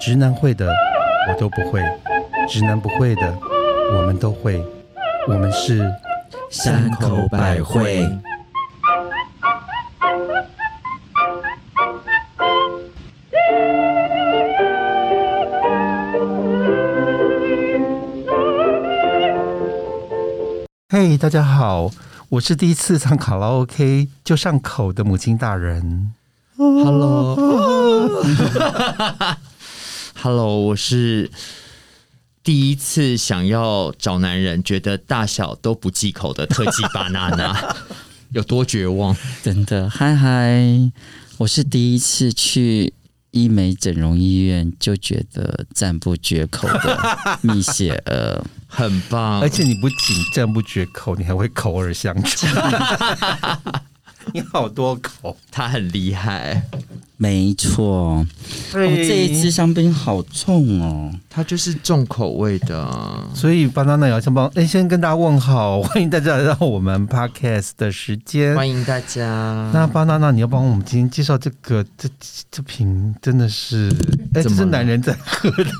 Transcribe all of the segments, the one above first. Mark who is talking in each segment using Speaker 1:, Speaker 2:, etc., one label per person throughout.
Speaker 1: 直男会的我都不会，直男不会的我们都会，我们是
Speaker 2: 山口百惠。
Speaker 1: 嘿大家好，我是第一次唱卡拉 OK 就上口的母亲大人。
Speaker 2: Hello，Hello，我是第一次想要找男人，觉得大小都不忌口的特级巴娜娜， 有多绝望？
Speaker 3: 真的，嗨嗨！我是第一次去医美整容医院就觉得赞不绝口的蜜雪儿，
Speaker 2: 很棒
Speaker 1: 而，且你不仅赞不绝口，你还会口耳相传。 你好多口，
Speaker 2: 他很厉害，
Speaker 3: 没错。我、
Speaker 1: 对
Speaker 3: 这一支香槟好重哦，
Speaker 2: 他就是重口味的。
Speaker 1: 所以巴娜娜也要先帮，哎，先跟大家问好，欢迎大家来到我们 podcast 的时间。
Speaker 2: 欢迎大家。
Speaker 1: 那巴娜娜，你要帮我们今天介绍这个这这这瓶，真的是，哎，这
Speaker 2: 怎么
Speaker 1: 是
Speaker 2: 了
Speaker 1: 男人在喝的，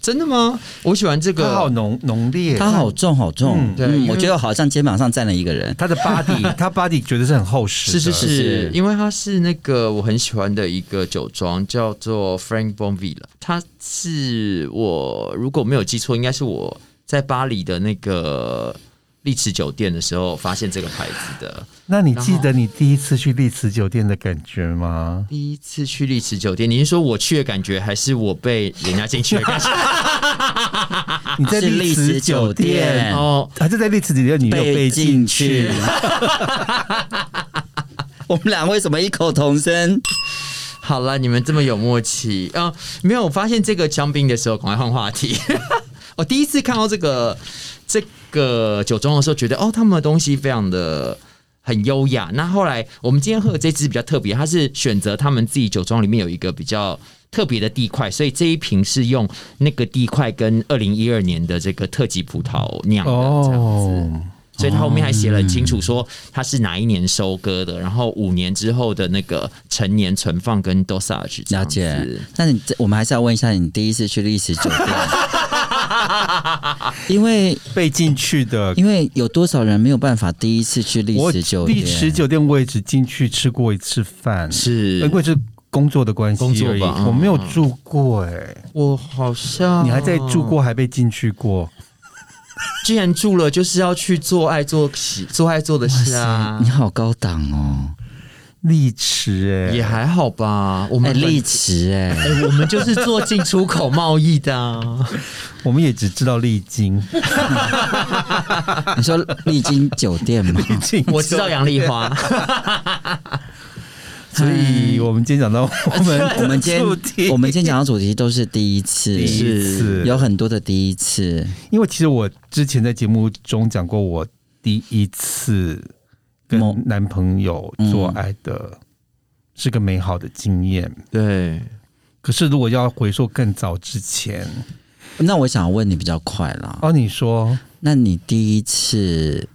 Speaker 2: 真的吗？我喜欢这
Speaker 1: 它好
Speaker 2: 个，
Speaker 1: 浓浓烈，
Speaker 3: 它好重好重
Speaker 1: 嗯。
Speaker 2: 对
Speaker 3: 嗯，
Speaker 2: 因为
Speaker 3: 我觉得好像肩膀上站了一个人。
Speaker 1: 它的 body，它 body 绝对是很厚实
Speaker 2: 是
Speaker 1: 的，
Speaker 2: 是是，
Speaker 3: 是
Speaker 2: 因为它是那个我很喜欢的一个酒庄，叫做 Frank Bonville。它是我如果没有记错，应该是我在巴黎的那个丽池酒店的时候发现这个牌子的。
Speaker 1: 那你记得你第一次去丽池酒店的感觉吗？
Speaker 2: 第一次去丽池酒店，你是说我去的感觉，还是我被人家进去的感觉？
Speaker 1: 你在
Speaker 3: 是
Speaker 1: 丽
Speaker 3: 丽
Speaker 1: 池
Speaker 3: 池
Speaker 1: 酒
Speaker 3: 酒
Speaker 1: 店
Speaker 3: 店。
Speaker 2: 哦，
Speaker 1: 还是在丽池酒店，你又被进 去，
Speaker 3: 我们俩为什么异口同声？
Speaker 2: 好了，你们这么有默契啊、没有，我发现这个香槟的时候，赶快换话题。 我第一次看到这个这个酒庄的时候，觉得哦，他们的东西非常的很优雅。那后来我们今天喝的这支比较特别，它是选择他们自己酒庄里面有一个比较。特别的地块，所以这一瓶是用那个地块跟二零一二年的这个特级葡萄酿的，这样子。
Speaker 1: 哦，
Speaker 2: 所以他后面还写了很清楚，说他是哪一年收割的，然后五年之后的那个成年存放跟 dosage 这
Speaker 3: 了
Speaker 2: 样子
Speaker 3: 解。那你这我们还是要问一下，你第一次去历史 酒店，因为
Speaker 1: 被进去的。
Speaker 3: 因为有多少人没有办法第一次去历
Speaker 1: 我
Speaker 3: 史酒店？
Speaker 1: 丽池酒店我也只进去吃过一次饭，因
Speaker 2: 是
Speaker 1: 为是工作的关系
Speaker 2: 工作
Speaker 1: 而已
Speaker 2: 吧，嗯嗯
Speaker 1: 我没有住过哎。
Speaker 2: 我好像
Speaker 1: 你还在住，过，还被进去过，
Speaker 2: 既然住了，就是要去做爱做喜做爱做的事啊
Speaker 3: 你，好高档哦，
Speaker 1: 丽池
Speaker 2: 也
Speaker 1: 哎，
Speaker 2: 还好吧。我
Speaker 3: 哎，
Speaker 2: 们
Speaker 3: 丽池哎，
Speaker 2: 哎，我们就是做进出口贸易 的啊，
Speaker 1: 我们也只知道丽晶，
Speaker 3: 你说丽晶酒店吗？
Speaker 1: 进
Speaker 2: 我知道杨丽花，
Speaker 1: 所
Speaker 3: 哎
Speaker 1: 以我们今天 讲到我们
Speaker 3: 我们今
Speaker 1: 主
Speaker 3: 天
Speaker 1: 题
Speaker 3: 我们今天讲的啊主题都是第一次，
Speaker 1: 第一次
Speaker 3: 有很多的第一次，
Speaker 1: 因为其实我之前在节目中讲过，我第一次跟
Speaker 3: 某
Speaker 1: 男朋友做爱的是个美好的经验。
Speaker 2: 对，
Speaker 1: 可是如果要回溯更早之前，
Speaker 3: 那我想问你比较快啦，
Speaker 1: 哦，你说
Speaker 3: 那你第一次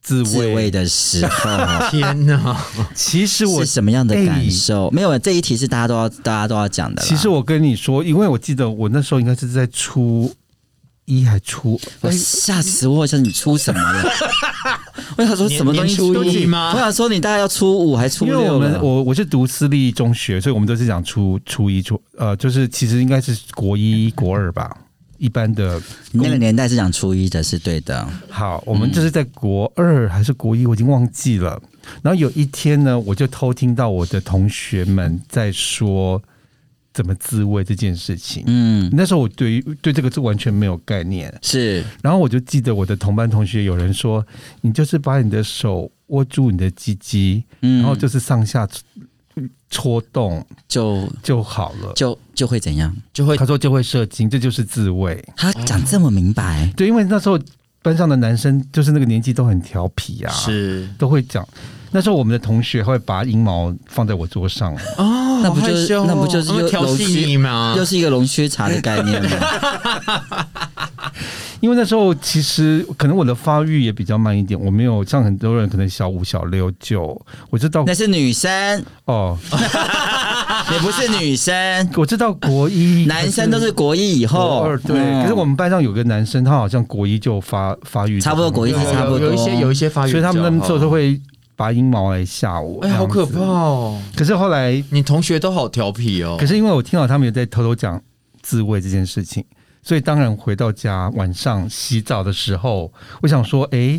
Speaker 1: 自慰，
Speaker 3: 自慰的 时候
Speaker 2: 天哪，
Speaker 1: 其实我
Speaker 3: 是什么样的
Speaker 1: 哎
Speaker 3: 感受？没有，这一题是大家都要大家都要讲的啦。
Speaker 1: 其实我跟你说，因为我记得我那时候应该是在初一还初
Speaker 3: 我吓死我！我想你出什么 了？我想说什么东西
Speaker 2: 年年初一吗
Speaker 3: 我想说你大概要初五还初
Speaker 1: 因为我
Speaker 3: 六
Speaker 1: 们
Speaker 3: 了。
Speaker 1: 我我是读私立中学，所以我们都是讲初初一初呃，就是其实应该是国一国二吧，一般的
Speaker 3: 你那个年代是讲初一的，是对的。
Speaker 1: 好，我们就是在国二还是国一，我已经忘记了。然后有一天呢，我就偷听到我的同学们在说怎么自慰这件事情。
Speaker 3: 嗯，
Speaker 1: 那时候我对于对这个是完全没有概念，
Speaker 3: 是
Speaker 1: 然后我就记得我的同班同学有人说，你就是把你的手握住你的鸡鸡，
Speaker 3: 嗯
Speaker 1: 然后就是上下戳动
Speaker 3: 就
Speaker 1: 就好了。
Speaker 3: 就就会怎样？
Speaker 2: 就会
Speaker 1: 他说就会射精，这就是自慰。
Speaker 3: 他讲这么明白，
Speaker 1: 对，因为那时候班上的男生就是那个年纪都很调皮啊，
Speaker 2: 是
Speaker 1: 都会讲。那时候我们的同学会把阴毛放在我桌上，
Speaker 2: 哦
Speaker 3: 那不就
Speaker 2: 好害羞哦
Speaker 3: 那不就是
Speaker 2: 他们
Speaker 3: 又
Speaker 1: 啊
Speaker 2: 调戏你吗？
Speaker 3: 又是一个龙须茶的概念吗？
Speaker 1: 因为那时候其实可能我的发育也比较慢一点，我没有像很多人可能小五、小六就，我就到
Speaker 3: 那是女生，
Speaker 1: 哦，
Speaker 3: 也不是女生，
Speaker 1: 我知道国一
Speaker 3: 男生都是国一以后
Speaker 1: 国二，对。
Speaker 3: 嗯
Speaker 1: 可是我们班上有个男生，他好像国一就发发育，
Speaker 3: 差不多国一
Speaker 2: 有
Speaker 3: 是差不
Speaker 2: 有有一
Speaker 3: 多
Speaker 2: 些有一些发育，
Speaker 1: 所以他们那时候都，会拔阴毛来吓我，
Speaker 2: 哎，好可怕！哦！
Speaker 1: 可是后来，
Speaker 2: 你同学都好调皮哦
Speaker 1: 可。是因为我听到他们有在偷偷讲自慰这件事情，所以当然回到家晚上洗澡的时候，我想说，哎、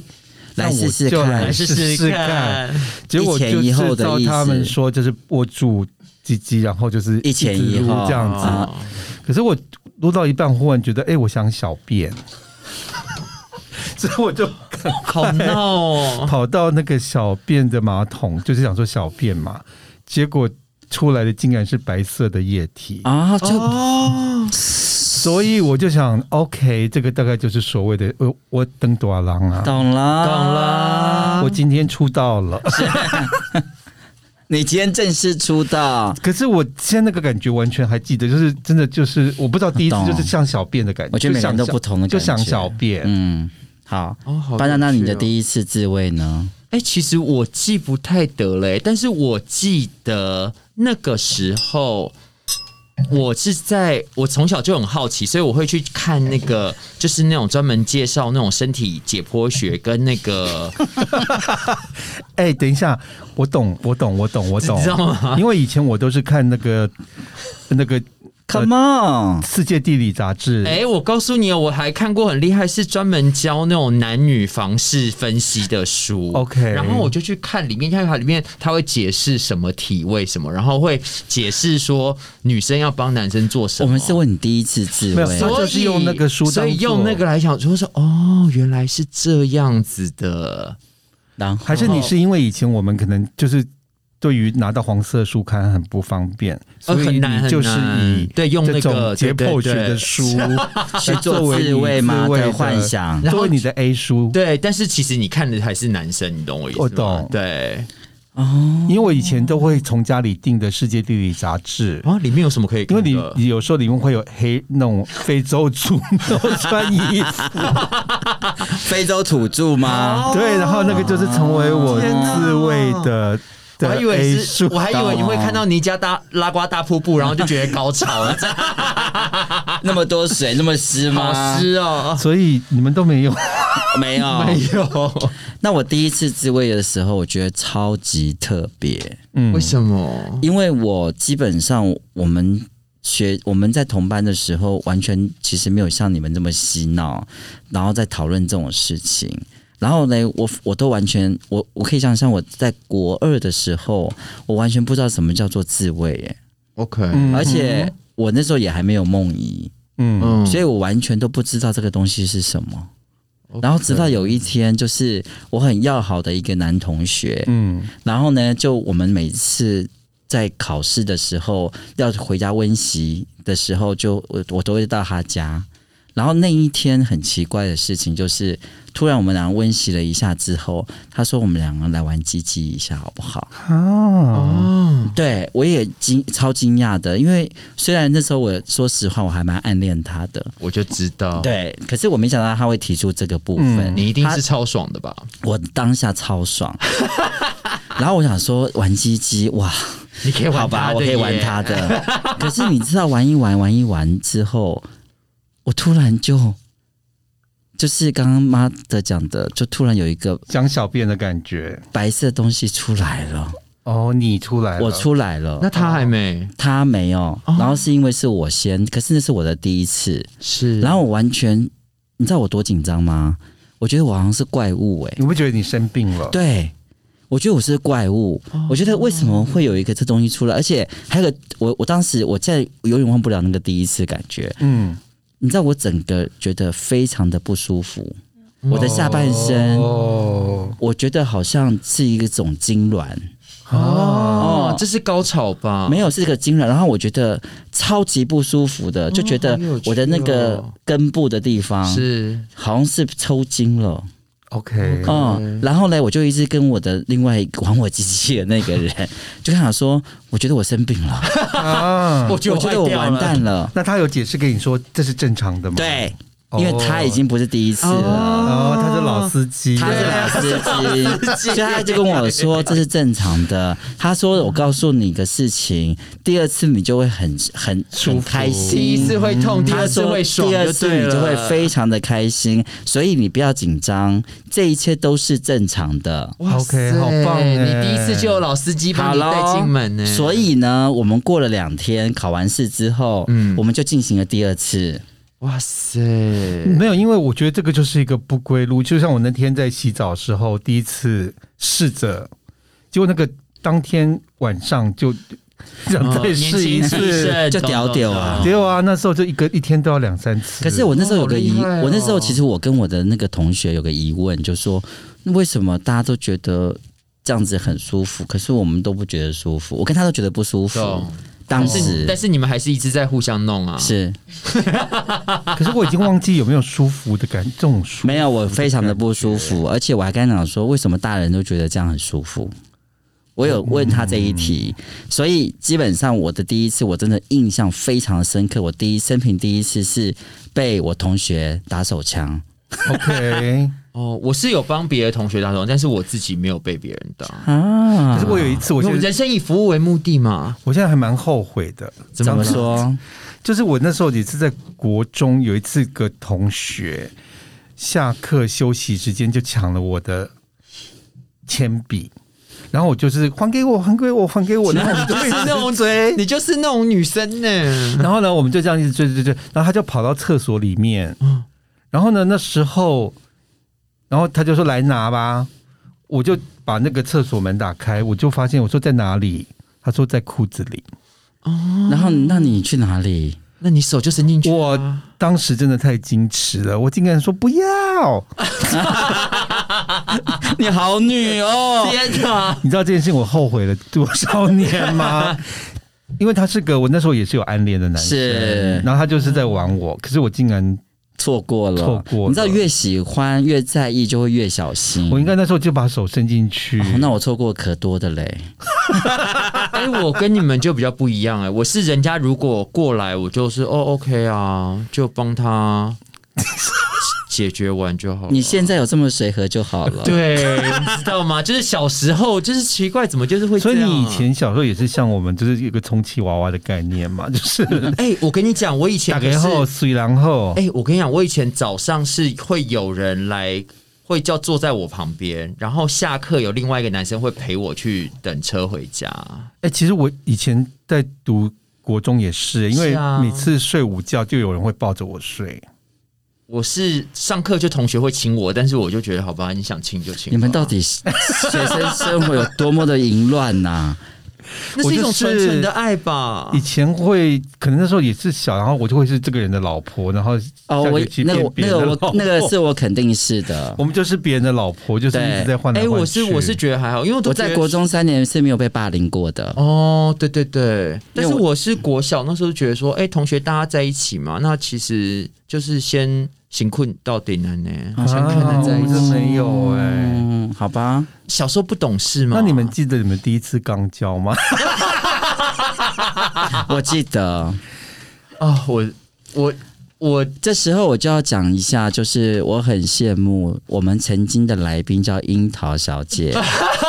Speaker 1: 那
Speaker 3: 来试试
Speaker 1: 我就
Speaker 3: 看
Speaker 1: 来
Speaker 2: 来
Speaker 1: 试
Speaker 2: 试试
Speaker 1: 试
Speaker 2: 看，
Speaker 1: 结果
Speaker 3: 一前
Speaker 1: 就
Speaker 3: 一后
Speaker 1: 是
Speaker 3: 的
Speaker 1: 照
Speaker 3: 意思
Speaker 1: 他们说，就是握住鸡鸡，然后就是
Speaker 3: 一前一
Speaker 1: 直撸
Speaker 3: 后
Speaker 1: 这样子。
Speaker 2: 啊
Speaker 3: 啊，
Speaker 1: 可是我撸到一半，忽然觉得，哎、我想小便， 所以我就
Speaker 2: 好闹哦！
Speaker 1: 跑到那个小便的马桶，就是想说小便嘛，结果出来的竟然是白色的液体，
Speaker 3: 啊，就
Speaker 2: 哦，
Speaker 1: 所以我就想，OK，这个大概就是所谓的呃，我登多阿郎啊，
Speaker 3: 懂了，
Speaker 2: 懂
Speaker 3: 啊
Speaker 2: 了
Speaker 1: 我今天出道了。
Speaker 3: 你今天正式出道，
Speaker 1: 可是我现在那个感觉完全还记得，就是真的就是我不知道第一次
Speaker 3: 懂
Speaker 1: 就是像小便的感觉，
Speaker 3: 我觉得每个人都不同的
Speaker 1: 就
Speaker 3: 感觉
Speaker 1: 想小便。
Speaker 3: 嗯，好。
Speaker 2: 哦好有趣哦
Speaker 3: 班长，那你的第一次自慰呢？
Speaker 2: 哎、其实我记不太得了、哎但是我记得那个时候，我是在我从小就很好奇，所以我会去看那个，就是那种专门介绍那种身体解剖学跟那个，
Speaker 1: 哎、等一下，我懂，我懂，我懂，我懂，
Speaker 2: 你知道吗？
Speaker 1: 因为以前我都是看那个那个《
Speaker 3: Come
Speaker 2: 呃
Speaker 3: on，
Speaker 1: 世界地理》杂志，
Speaker 2: 哎、我告诉你哦，我还看过很厉害，是专门教那种男女房事分析的书。
Speaker 1: OK
Speaker 2: 然后我就去看里面，看它里面它会解释什么体位什么，然后会解释说女生要帮男生做什
Speaker 3: 我
Speaker 2: 么。
Speaker 3: 们是问你第一次自
Speaker 1: 没
Speaker 3: 慰
Speaker 1: 有，他就是用那个书当
Speaker 2: 所以用那个来想，就说哦，原来是这样子的。
Speaker 3: 然后
Speaker 1: 还是你是因为以前我们可能就是对于拿到黄色书刊很不方便，
Speaker 2: 呃
Speaker 1: 所以
Speaker 2: 很难
Speaker 1: 你就是
Speaker 2: 很难
Speaker 1: 以
Speaker 2: 对用那个
Speaker 1: 这种解
Speaker 2: 对
Speaker 1: 剖
Speaker 2: 对
Speaker 1: 学
Speaker 2: 对
Speaker 1: 的 书
Speaker 3: 去
Speaker 1: 作
Speaker 3: 做
Speaker 1: 为
Speaker 3: 自
Speaker 1: 你
Speaker 3: 慰吗
Speaker 1: 自慰
Speaker 3: 的
Speaker 1: 的
Speaker 3: 幻想？
Speaker 2: 然
Speaker 1: 作
Speaker 2: 后
Speaker 1: 为你的 A 书。
Speaker 2: 对，但是其实你看的还是男生，你懂我意思吗？
Speaker 1: 我懂
Speaker 2: 对，
Speaker 1: 因为我以前都会从家里订的《世界地理》杂志。
Speaker 2: 然后里面有什么可以
Speaker 1: 因
Speaker 2: 看
Speaker 1: 为
Speaker 2: 哦的？
Speaker 1: 你你有时候里面会有黑那种非洲族 然后穿衣服，
Speaker 2: 哦
Speaker 3: 非洲土著吗？
Speaker 1: 对，然后那个就是成为我
Speaker 2: 天哪
Speaker 1: 自慰的
Speaker 2: 我
Speaker 1: 的
Speaker 2: 还以
Speaker 1: A
Speaker 2: 为是，
Speaker 1: 书，啊
Speaker 2: 我还以为你会看到尼加大拉瓜大瀑布，然后就觉得高潮了，真的
Speaker 3: 那么多水，那么湿吗
Speaker 2: 好？湿哦。
Speaker 1: 所以你们都没有。
Speaker 3: 没有，
Speaker 2: 没有，
Speaker 3: 那我第一次自慰的时候，我觉得超级特别，
Speaker 1: 嗯
Speaker 2: 为什么？
Speaker 3: 因为我基本上我们学我们在同班的时候，完全其实没有像你们这么嬉闹，然后在讨论这种事情。然后呢，我我都完全我我可以想象我在国二的时候，我完全不知道什么叫做自慰耶，
Speaker 2: OK，
Speaker 1: 嗯
Speaker 3: 而且我那时候也还没有梦遗，
Speaker 1: 嗯，
Speaker 2: 嗯
Speaker 3: 所以我完全都不知道这个东西是什么。然后直到有一天，就是我很要好的一个男同学，
Speaker 1: 嗯
Speaker 3: 然后呢，就我们每次在考试的时候要回家温习的时候就，我我都会到他家。然后那一天很奇怪的事情就是，突然我们俩温习了一下之后，他说我们两个来玩鸡鸡一下好不好？
Speaker 1: 啊，
Speaker 2: 哦，
Speaker 3: 对我也惊超惊讶的，因为虽然那时候我说实话我还蛮暗恋他的，
Speaker 2: 我就知道，
Speaker 3: 对，可是我没想到他会提出这个部分。
Speaker 1: 嗯
Speaker 2: 你一定是超爽的吧？
Speaker 3: 我当下超爽， 然后我想说玩鸡鸡哇，
Speaker 2: 你可以
Speaker 3: 好
Speaker 2: 玩
Speaker 3: 吧，
Speaker 2: 吧，
Speaker 3: 我可以玩他的。可是你知道，玩一玩，玩一玩之后，我突然就就是刚刚妈的讲的，就突然有一个
Speaker 1: 讲小便的感觉
Speaker 3: 白色的东西出来了，
Speaker 1: 哦，你出来了，
Speaker 3: 我出来了
Speaker 2: 那。他还没
Speaker 3: 他没有，然后是因为是我先，可是那是我的第一次，
Speaker 2: 是
Speaker 3: 然后我完全，你知道我多紧张吗？我觉得我好像是怪物哎、
Speaker 1: 你不觉得你生病了？
Speaker 3: 对，我觉得我是怪物。我觉得为什么会有一个这东西出来，而且还有个我，我当时我在我永远忘不了那个第一次感觉。
Speaker 1: 嗯，
Speaker 3: 你知道我整个觉得非常的不舒服，我的下半身，
Speaker 1: 哦，
Speaker 3: 我觉得好像是一个种痉挛，
Speaker 2: 哦，这是高潮吧？
Speaker 3: 没有是个痉挛，然后我觉得超级不舒服的，就觉得
Speaker 2: 好有趣
Speaker 3: 我的那个
Speaker 2: 哦
Speaker 3: 根部的地方
Speaker 2: 是
Speaker 3: 好像是抽筋了。
Speaker 1: OK，
Speaker 3: 嗯，然后呢，我就一直跟我的另外一个玩我机器的那个人， 就跟他说，我觉得我生病了，
Speaker 1: 啊，
Speaker 2: 我
Speaker 3: 我觉得我完蛋了。
Speaker 1: 那他有解释跟你说这是正常的吗？，
Speaker 3: 对，因为他已经不是第一次了。
Speaker 1: 哦，他是老司机，
Speaker 3: 他是老司机，所以他就跟我说这是正常的。他说我告诉你一个事情，第二次你就会很很很开心，
Speaker 2: 第一次会痛，嗯第
Speaker 3: 他
Speaker 2: 二次
Speaker 3: 说
Speaker 2: 会爽，
Speaker 3: 第二次
Speaker 2: 对
Speaker 3: 你
Speaker 2: 了
Speaker 3: 就会非常的开心，所以你不要紧张，这一切都是正常的。
Speaker 2: 哇塞
Speaker 1: OK，好棒哎
Speaker 2: 你第一次就有老司机把
Speaker 3: 好
Speaker 2: 你
Speaker 3: 咯
Speaker 2: 带进门呢，
Speaker 3: 所以呢，我们过了两天考完试之后，
Speaker 2: 嗯
Speaker 3: 我们就进行了第二次。
Speaker 2: 哇 塞，
Speaker 1: 没有，因为我觉得这个就是一个不归路。就像我那天在洗澡的时候，第一次试着，结果那个当天晚上就想
Speaker 2: 嗯
Speaker 1: 再试一次，
Speaker 3: 就屌屌啊
Speaker 1: 结果啊，那时候就一个一天都要两三次。
Speaker 3: 可是我那时候有个疑，
Speaker 2: 哦好厉害哦
Speaker 3: 我那时候其实我跟我的那个同学有个疑问，就说为什么大家都觉得这样子很舒服，可是我们都不觉得舒服？我跟他都觉得不舒服。
Speaker 2: 懂
Speaker 3: 当
Speaker 2: 但是
Speaker 3: 时
Speaker 2: 但是你们还是一直在互相弄啊，
Speaker 3: 是
Speaker 1: 可是我已经忘记有没有舒服的感，这种舒服
Speaker 3: 没有，我非常的不舒服，而且我还跟他讲说，为什么大人都觉得这样很舒服？我有问他这一题，
Speaker 2: 嗯
Speaker 3: 所以基本上我的第一次我真的印象非常深刻。我第一生平第一次是被我同学打手枪，
Speaker 1: OK。
Speaker 2: 哦，我是有帮别的同学打手，但是我自己没有被别人打。
Speaker 1: 可是
Speaker 2: 啊
Speaker 1: 我有一次，我
Speaker 2: 我
Speaker 1: 现
Speaker 2: 们
Speaker 1: 在
Speaker 2: 人生以服务为目的嘛，
Speaker 1: 我现在还蛮后悔的。
Speaker 2: 怎
Speaker 3: 怎么
Speaker 2: 么说？
Speaker 3: 说？
Speaker 1: 就是我那时候也是在国中有一次个同学下课休息时间就抢了我的铅笔，然后我就是还给我，还给我，还 给我，然后我们就被
Speaker 2: 那种
Speaker 1: 追，
Speaker 2: 你就是那种女生呢，
Speaker 1: 然后呢，我们就这样一直追追追，然后他就跑到厕所里面，然后呢，那时候，然后他就说来拿吧，我就把那个厕所门打开，我就发现我说在哪里，他说在裤子里，
Speaker 2: 嗯
Speaker 3: 然后那你去哪 里？
Speaker 2: 那你手就伸进去、啊
Speaker 1: 我当时真的太矜持了，我竟然说不要。
Speaker 3: 你好女哦！
Speaker 2: 天哪！
Speaker 1: 你知道这件事情我后悔了多少年吗？ 因为他是个我那时候也是有暗恋的男生，
Speaker 3: 是
Speaker 1: 然后他就是在玩
Speaker 2: 嗯
Speaker 1: 我，可是我竟然，
Speaker 3: 错过了，
Speaker 1: 错过了
Speaker 3: 你知道越喜欢越在意，就会越小心。
Speaker 1: 我应该那时候就把手伸进去，
Speaker 3: 哦那我错过可多的嘞。
Speaker 2: 哎、我跟你们就比较不一样哎、我是人家如果过来，我就是哦 OK 啊，就帮他解决完就好了。
Speaker 3: 你现在有这么随和就好了。
Speaker 2: 哦 对，你知道吗？就是小时候，就是奇怪，怎么就是会这
Speaker 1: 所以
Speaker 2: 样啊、
Speaker 1: 你以前小时候也是像我们，就是有个充气娃娃的概念嘛， 就是
Speaker 2: 哎、我跟你讲，我以前
Speaker 1: 打
Speaker 2: 可是
Speaker 1: 开后，水然后，
Speaker 2: 哎、我跟你讲，我以前早上是会有人来，会叫坐在我旁边，然后下课有另外一个男生会陪我去等车回家。
Speaker 1: 哎，其实我以前在读国中也是，因为
Speaker 2: 是啊
Speaker 1: 每次睡午觉就有人会抱着我睡，
Speaker 2: 我是上课就同学会请我，但是我就觉得好吧，你想请就请吧。
Speaker 3: 你们到底 学生生活有多么的淫乱啊 呐、
Speaker 2: 那
Speaker 1: 我
Speaker 2: 是一
Speaker 1: 就
Speaker 2: 种纯
Speaker 1: 是
Speaker 2: 纯的爱吧
Speaker 1: 以？前会可能那时候也是小，然后我就会是这个人的老婆，然后
Speaker 3: 哦，
Speaker 1: 下
Speaker 3: 我
Speaker 1: 学期
Speaker 3: 那
Speaker 1: 变
Speaker 3: 个我
Speaker 1: 别
Speaker 3: 那
Speaker 1: 人的
Speaker 3: 个
Speaker 2: 哦
Speaker 1: 老
Speaker 3: 我那个
Speaker 1: 婆
Speaker 3: 是我肯定是的
Speaker 1: 我。们就是别人的老婆，就是一直在换来换去。
Speaker 2: 哎，我是我是觉得还好，因为我都
Speaker 3: 我
Speaker 2: 觉得
Speaker 3: 在国中三年是没有被霸凌过的。
Speaker 2: 哦，对对对，但是
Speaker 3: 因为
Speaker 2: 我是国小那时候觉得说，哎、同学大家在一起嘛，那其实就是先行困到顶了呢。
Speaker 1: 啊，
Speaker 3: 想看他在
Speaker 1: 我
Speaker 3: 一
Speaker 1: 们
Speaker 3: 起
Speaker 1: 真没有哎、
Speaker 3: 嗯，好吧，
Speaker 2: 小时候不懂事嘛，
Speaker 1: 那你们记得你们第一次刚交 吗？
Speaker 3: 我记得。
Speaker 2: 啊、我我
Speaker 3: 我这时候我就要讲一下，就是我很羡慕我们曾经的来宾叫樱桃小姐，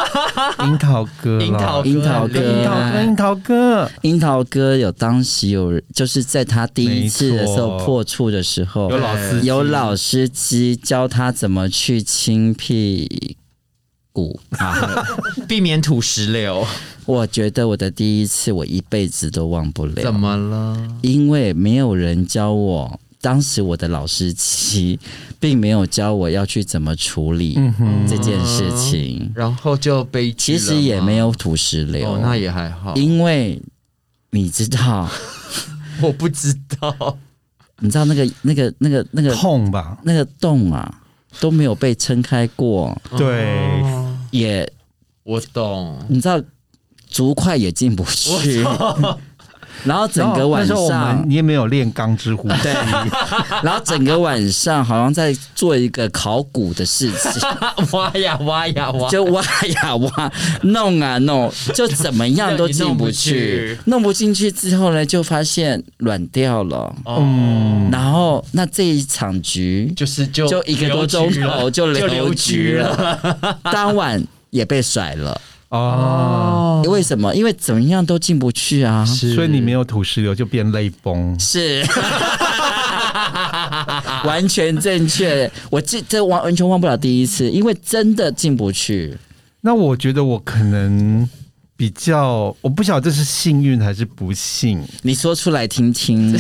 Speaker 1: 樱桃哥啦，
Speaker 2: 樱桃
Speaker 3: 樱桃
Speaker 2: 哥
Speaker 1: 樱桃哥，樱桃哥，
Speaker 3: 樱桃哥有当时有就是在他第一次的时
Speaker 1: 没
Speaker 3: 候
Speaker 1: 错
Speaker 3: 破处的时候
Speaker 1: 有，老司机，
Speaker 3: 有老司机教他怎么去清屁 股啊！
Speaker 2: 避免土石流，
Speaker 3: 我觉得我的第一次我一辈子都忘不
Speaker 2: 怎
Speaker 3: 了，
Speaker 2: 么了？
Speaker 3: 因为没有人教我。当时我的老司机并没有教我要去怎么处理
Speaker 1: 嗯哼
Speaker 3: 这件事情，
Speaker 2: 然后就悲剧
Speaker 3: 其
Speaker 2: 了
Speaker 3: 实也没
Speaker 2: 吗
Speaker 3: 有土石流，
Speaker 2: 哦，那也还好，
Speaker 3: 因为你知道，
Speaker 2: 我不知道。
Speaker 3: 你知道那个那个那个那个
Speaker 1: 痛吧？
Speaker 3: 那个洞啊，都没有被撑开过，
Speaker 1: 对
Speaker 2: 哦
Speaker 3: 也
Speaker 2: 我懂。
Speaker 3: 你知道，竹块也进不去。 然后整个晚
Speaker 1: 然哦后那时候我
Speaker 3: 上
Speaker 1: 们，你也没有练钢之啊呼 吸，
Speaker 3: 然后整个晚上好像在做一个考古的事 情，
Speaker 2: 挖呀挖呀挖，
Speaker 3: 就挖呀挖，弄啊弄，就怎么样都进 不去，弄不进去之后呢，就发现软掉了。
Speaker 2: 嗯，
Speaker 3: 然后那这一场局
Speaker 2: 就是就
Speaker 3: 就一个多钟头就
Speaker 2: 留
Speaker 3: 留
Speaker 2: 局
Speaker 3: 局
Speaker 2: 了
Speaker 3: 了，当晚也被甩了。
Speaker 1: 哦，
Speaker 3: 为什么？因为怎么样都进不去啊。
Speaker 1: 所以你没有土石流就变泪崩。
Speaker 3: 是， 完全正确。我记这完完全忘不了第一次，因为真的进不去。
Speaker 1: 那我觉得我可能比较，我不晓得这是幸运还是不幸。
Speaker 3: 你说出来听听，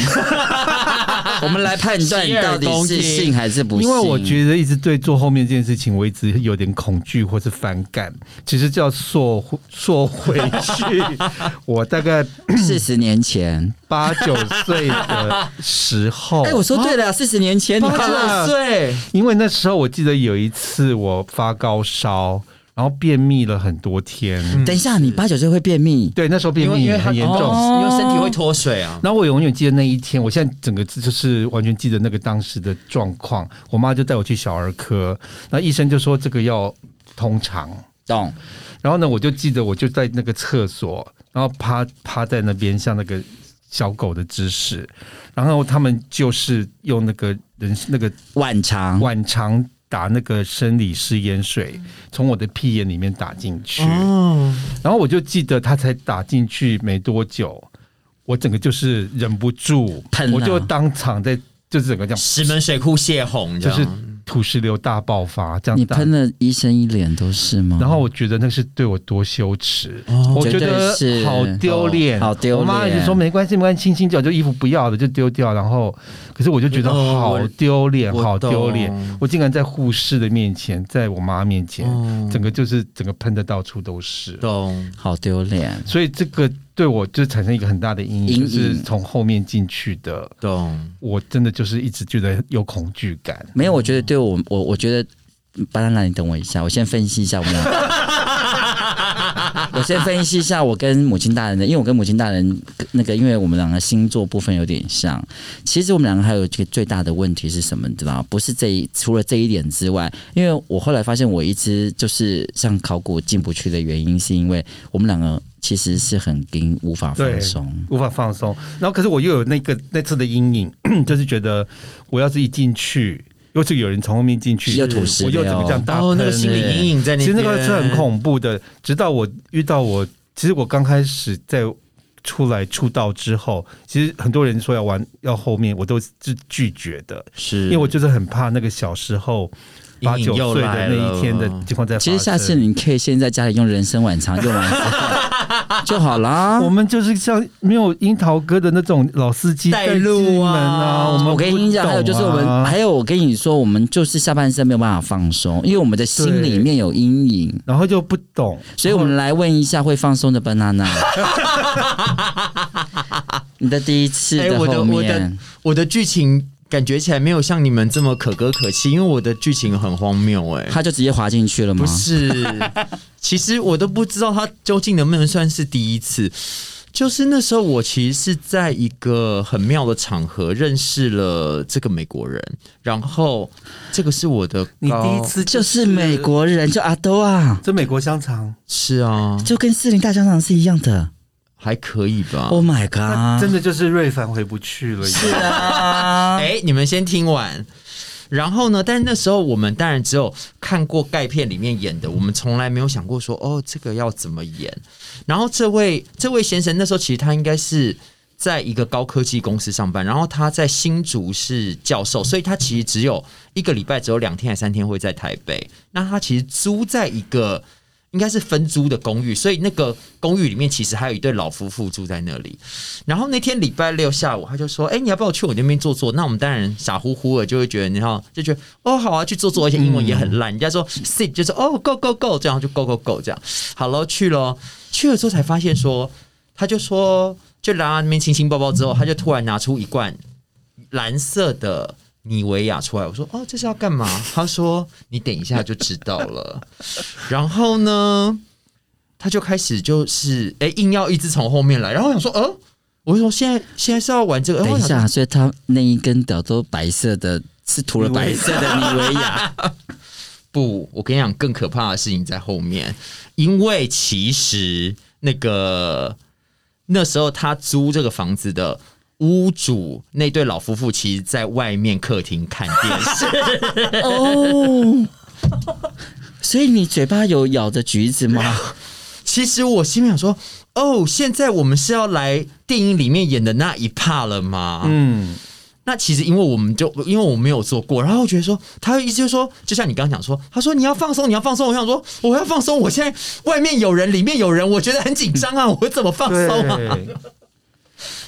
Speaker 3: 我们来判断你到底是信还是不信。
Speaker 1: 因为我觉得一直对做后面这件事情，我一直有点恐惧或是反感。其实叫缩缩回去，我大概
Speaker 3: 四十年前，
Speaker 1: 八九岁的时候，
Speaker 3: 哎、我说对了，四十年前你
Speaker 1: 八
Speaker 3: 看
Speaker 1: 九
Speaker 2: 对，
Speaker 1: 因为那时候我记得有一次我发高烧，然后便秘了很多天。
Speaker 3: 等一下，你八九岁会便秘，
Speaker 1: 对，那时候便
Speaker 2: 因为
Speaker 1: 秘
Speaker 2: 因为哦它
Speaker 1: 很严重。
Speaker 3: 哦
Speaker 2: 因为身体会脱水啊。
Speaker 1: 然后我永远记得那一天，我现在整个就是完全记得那个当时的状况。我妈就带我去小儿科，那医生就说这个要通常。
Speaker 3: 懂？
Speaker 1: 然后呢，我就记得我就在那个厕所，然后趴趴在那边，像那个小狗的姿势。然后他们就是用那个人那个
Speaker 3: 晚肠
Speaker 1: 晚肠打那个生理食盐水，从我的屁眼里面打进去。
Speaker 2: 哦，
Speaker 1: 然后我就记得他才打进去没多久，我整个就是忍不住
Speaker 3: 喷，啊
Speaker 1: 我就当场在就是整个这样，
Speaker 2: 石门水库泄洪，
Speaker 1: 嗯就
Speaker 2: 这
Speaker 1: 是
Speaker 2: 样
Speaker 1: 土石流大爆发这样
Speaker 3: 你
Speaker 1: 打
Speaker 3: 喷了医生一脸都是吗？
Speaker 1: 然后我觉得那是对我多羞耻，
Speaker 2: 哦
Speaker 1: 我觉
Speaker 3: 绝
Speaker 1: 得
Speaker 3: 对是
Speaker 1: 好丢脸、
Speaker 3: 哦好丢
Speaker 1: 我
Speaker 3: 脸
Speaker 1: 妈一直说没关系，没关系，轻轻就好，就衣服不要了就丢掉。然后，可是我就觉得
Speaker 2: 哦
Speaker 1: 好
Speaker 2: 我
Speaker 1: 丢脸，
Speaker 2: 我
Speaker 1: 好丢脸
Speaker 2: 懂。
Speaker 1: 我竟然在护士的面前，在我妈面前，
Speaker 2: 哦
Speaker 1: 整个就是整个喷的到处都是。
Speaker 2: 懂
Speaker 3: 好丢脸。
Speaker 1: 所以这个对我就产生一个很大的阴
Speaker 3: 阴
Speaker 1: 影，
Speaker 3: 影
Speaker 1: 就是从后面进去的，
Speaker 2: 懂，
Speaker 1: 我真的就是一直觉得有恐惧感。
Speaker 3: 没有，我觉得对我我我觉得，巴拉拉，你等我一下，我先分析一下我们 俩。我先分析一下我跟母亲大人的，因为我跟母亲大人那个，因为我们两个星座部分有点像。其实我们两个还有一个最大的问题是什么？你知道吗，不是这一除了这一点之外，因为我后来发现我一直就是像考古进不去的原因，是因为我们两个其实是很跟无法放
Speaker 1: 对
Speaker 3: 松。
Speaker 1: 无法放松。然后，可是我又有那个那次的阴影， 就是觉得我要是一进去，又是有人从后面进去，
Speaker 3: 又吐石
Speaker 1: 我又怎么这样大
Speaker 2: 然
Speaker 1: 喷、欸
Speaker 2: 哦后那个心理阴影啊在那
Speaker 1: 其实
Speaker 2: 边，
Speaker 1: 那个是很恐怖的。直到我遇到我，其实我刚开始在出来出道之后，其实很多人说要玩要后面，我都是拒绝的，
Speaker 2: 是
Speaker 1: 因为我就是很怕那个小时候。八
Speaker 2: 阴影
Speaker 1: 九
Speaker 2: 又
Speaker 1: 岁
Speaker 2: 来
Speaker 1: 的那
Speaker 2: 了
Speaker 1: 一天的情况在发生。
Speaker 3: 其实下次你可以先在家里用人参晚肠用完之后就好啦。
Speaker 1: 我们就是像没有樱桃哥的那种老司机
Speaker 2: 带
Speaker 1: 路
Speaker 2: 路啊
Speaker 1: 啊，我们
Speaker 3: 我跟你讲，
Speaker 1: 不懂啊
Speaker 3: 还有就是我们，还有我跟你说，我们就是下半身没有办法放松，因为我们的心里面有阴影，
Speaker 1: 然后就不懂，
Speaker 3: 所以我们来问一下会放松的 banana。你的第一次
Speaker 2: 哎
Speaker 3: 的
Speaker 2: 我的
Speaker 3: 后
Speaker 2: 我的
Speaker 3: 面，
Speaker 2: 我的剧情感觉起来没有像你们这么可歌可泣，因为我的剧情很荒谬 哎、
Speaker 3: 他就直接滑进去了吗
Speaker 2: 不？是，其实我都不知道他究竟能不能算是第一次。就是那时候，我其实是在一个很妙的场合认识了这个美国人，然后这个是我的
Speaker 1: 你
Speaker 2: 高
Speaker 1: 第一次
Speaker 3: 就是美国人，就阿兜啊，
Speaker 1: 哦这美国香肠，
Speaker 2: 是啊，
Speaker 3: 就跟四零大香肠是一样的。
Speaker 2: 还可以吧？
Speaker 3: Oh my
Speaker 1: 那
Speaker 3: god！
Speaker 1: 真的就是瑞凡回不去了耶。
Speaker 3: 是啊，
Speaker 2: 哎、你们先听完。然后呢？但是那时候我们当然只有看过钙片里面演的，我们从来没有想过说哦，这个要怎么演。然后这位这位先生那时候其实他应该是在一个高科技公司上班，然后他在新竹是教授，所以他其实只有一个礼拜只有两天还三天会在台北。那他其实租在一个应该是分租的公寓，所以那个公寓里面其实还有一对老夫妇住在那里。然后那天礼拜六下午，他就说：“哎、你要不要去我那边坐坐？”那我们当然傻乎乎的就会觉得，你知道，就觉得哦，好啊，去坐坐，而且英文也很烂。人家说 sit 就是哦，go go go，这样就 go go go 这样。好了，去咯，去了之后才发现说，他就说，就来到那边亲亲抱抱之后，他就突然拿出一罐蓝色的妮维雅出来，我说哦，这是要干嘛？他说你等一下就知道了。然后呢，他就开始就是哎、诶硬要一直从后面来，然后我想说，呃，我就说现在现在是要玩这个，然后
Speaker 3: 等
Speaker 2: 我
Speaker 3: 一
Speaker 2: 想
Speaker 3: 下，
Speaker 2: 说
Speaker 3: 所以他那一根屌都白色的，是涂了白色的妮维雅。
Speaker 2: 不，我跟你讲，更可怕的事情在后面，因为其实那个那时候他租这个房子的屋主那对老夫妇，其实在外面客厅看 电视，
Speaker 3: 哦， 所以你嘴巴有咬着橘子 吗？
Speaker 2: 其实我心里想说，哦，现在我们是要来电影里面演的那一 part 了吗？
Speaker 1: 嗯，
Speaker 2: 那其实因为我们就因为我没有做过，然后我觉得说，他一直就说，就像你刚刚讲说，他说你要放松，你要放松。我想说，我要放松，我现在外面有人，里面有人，我觉得很紧张啊，我怎么放松啊？
Speaker 1: 对，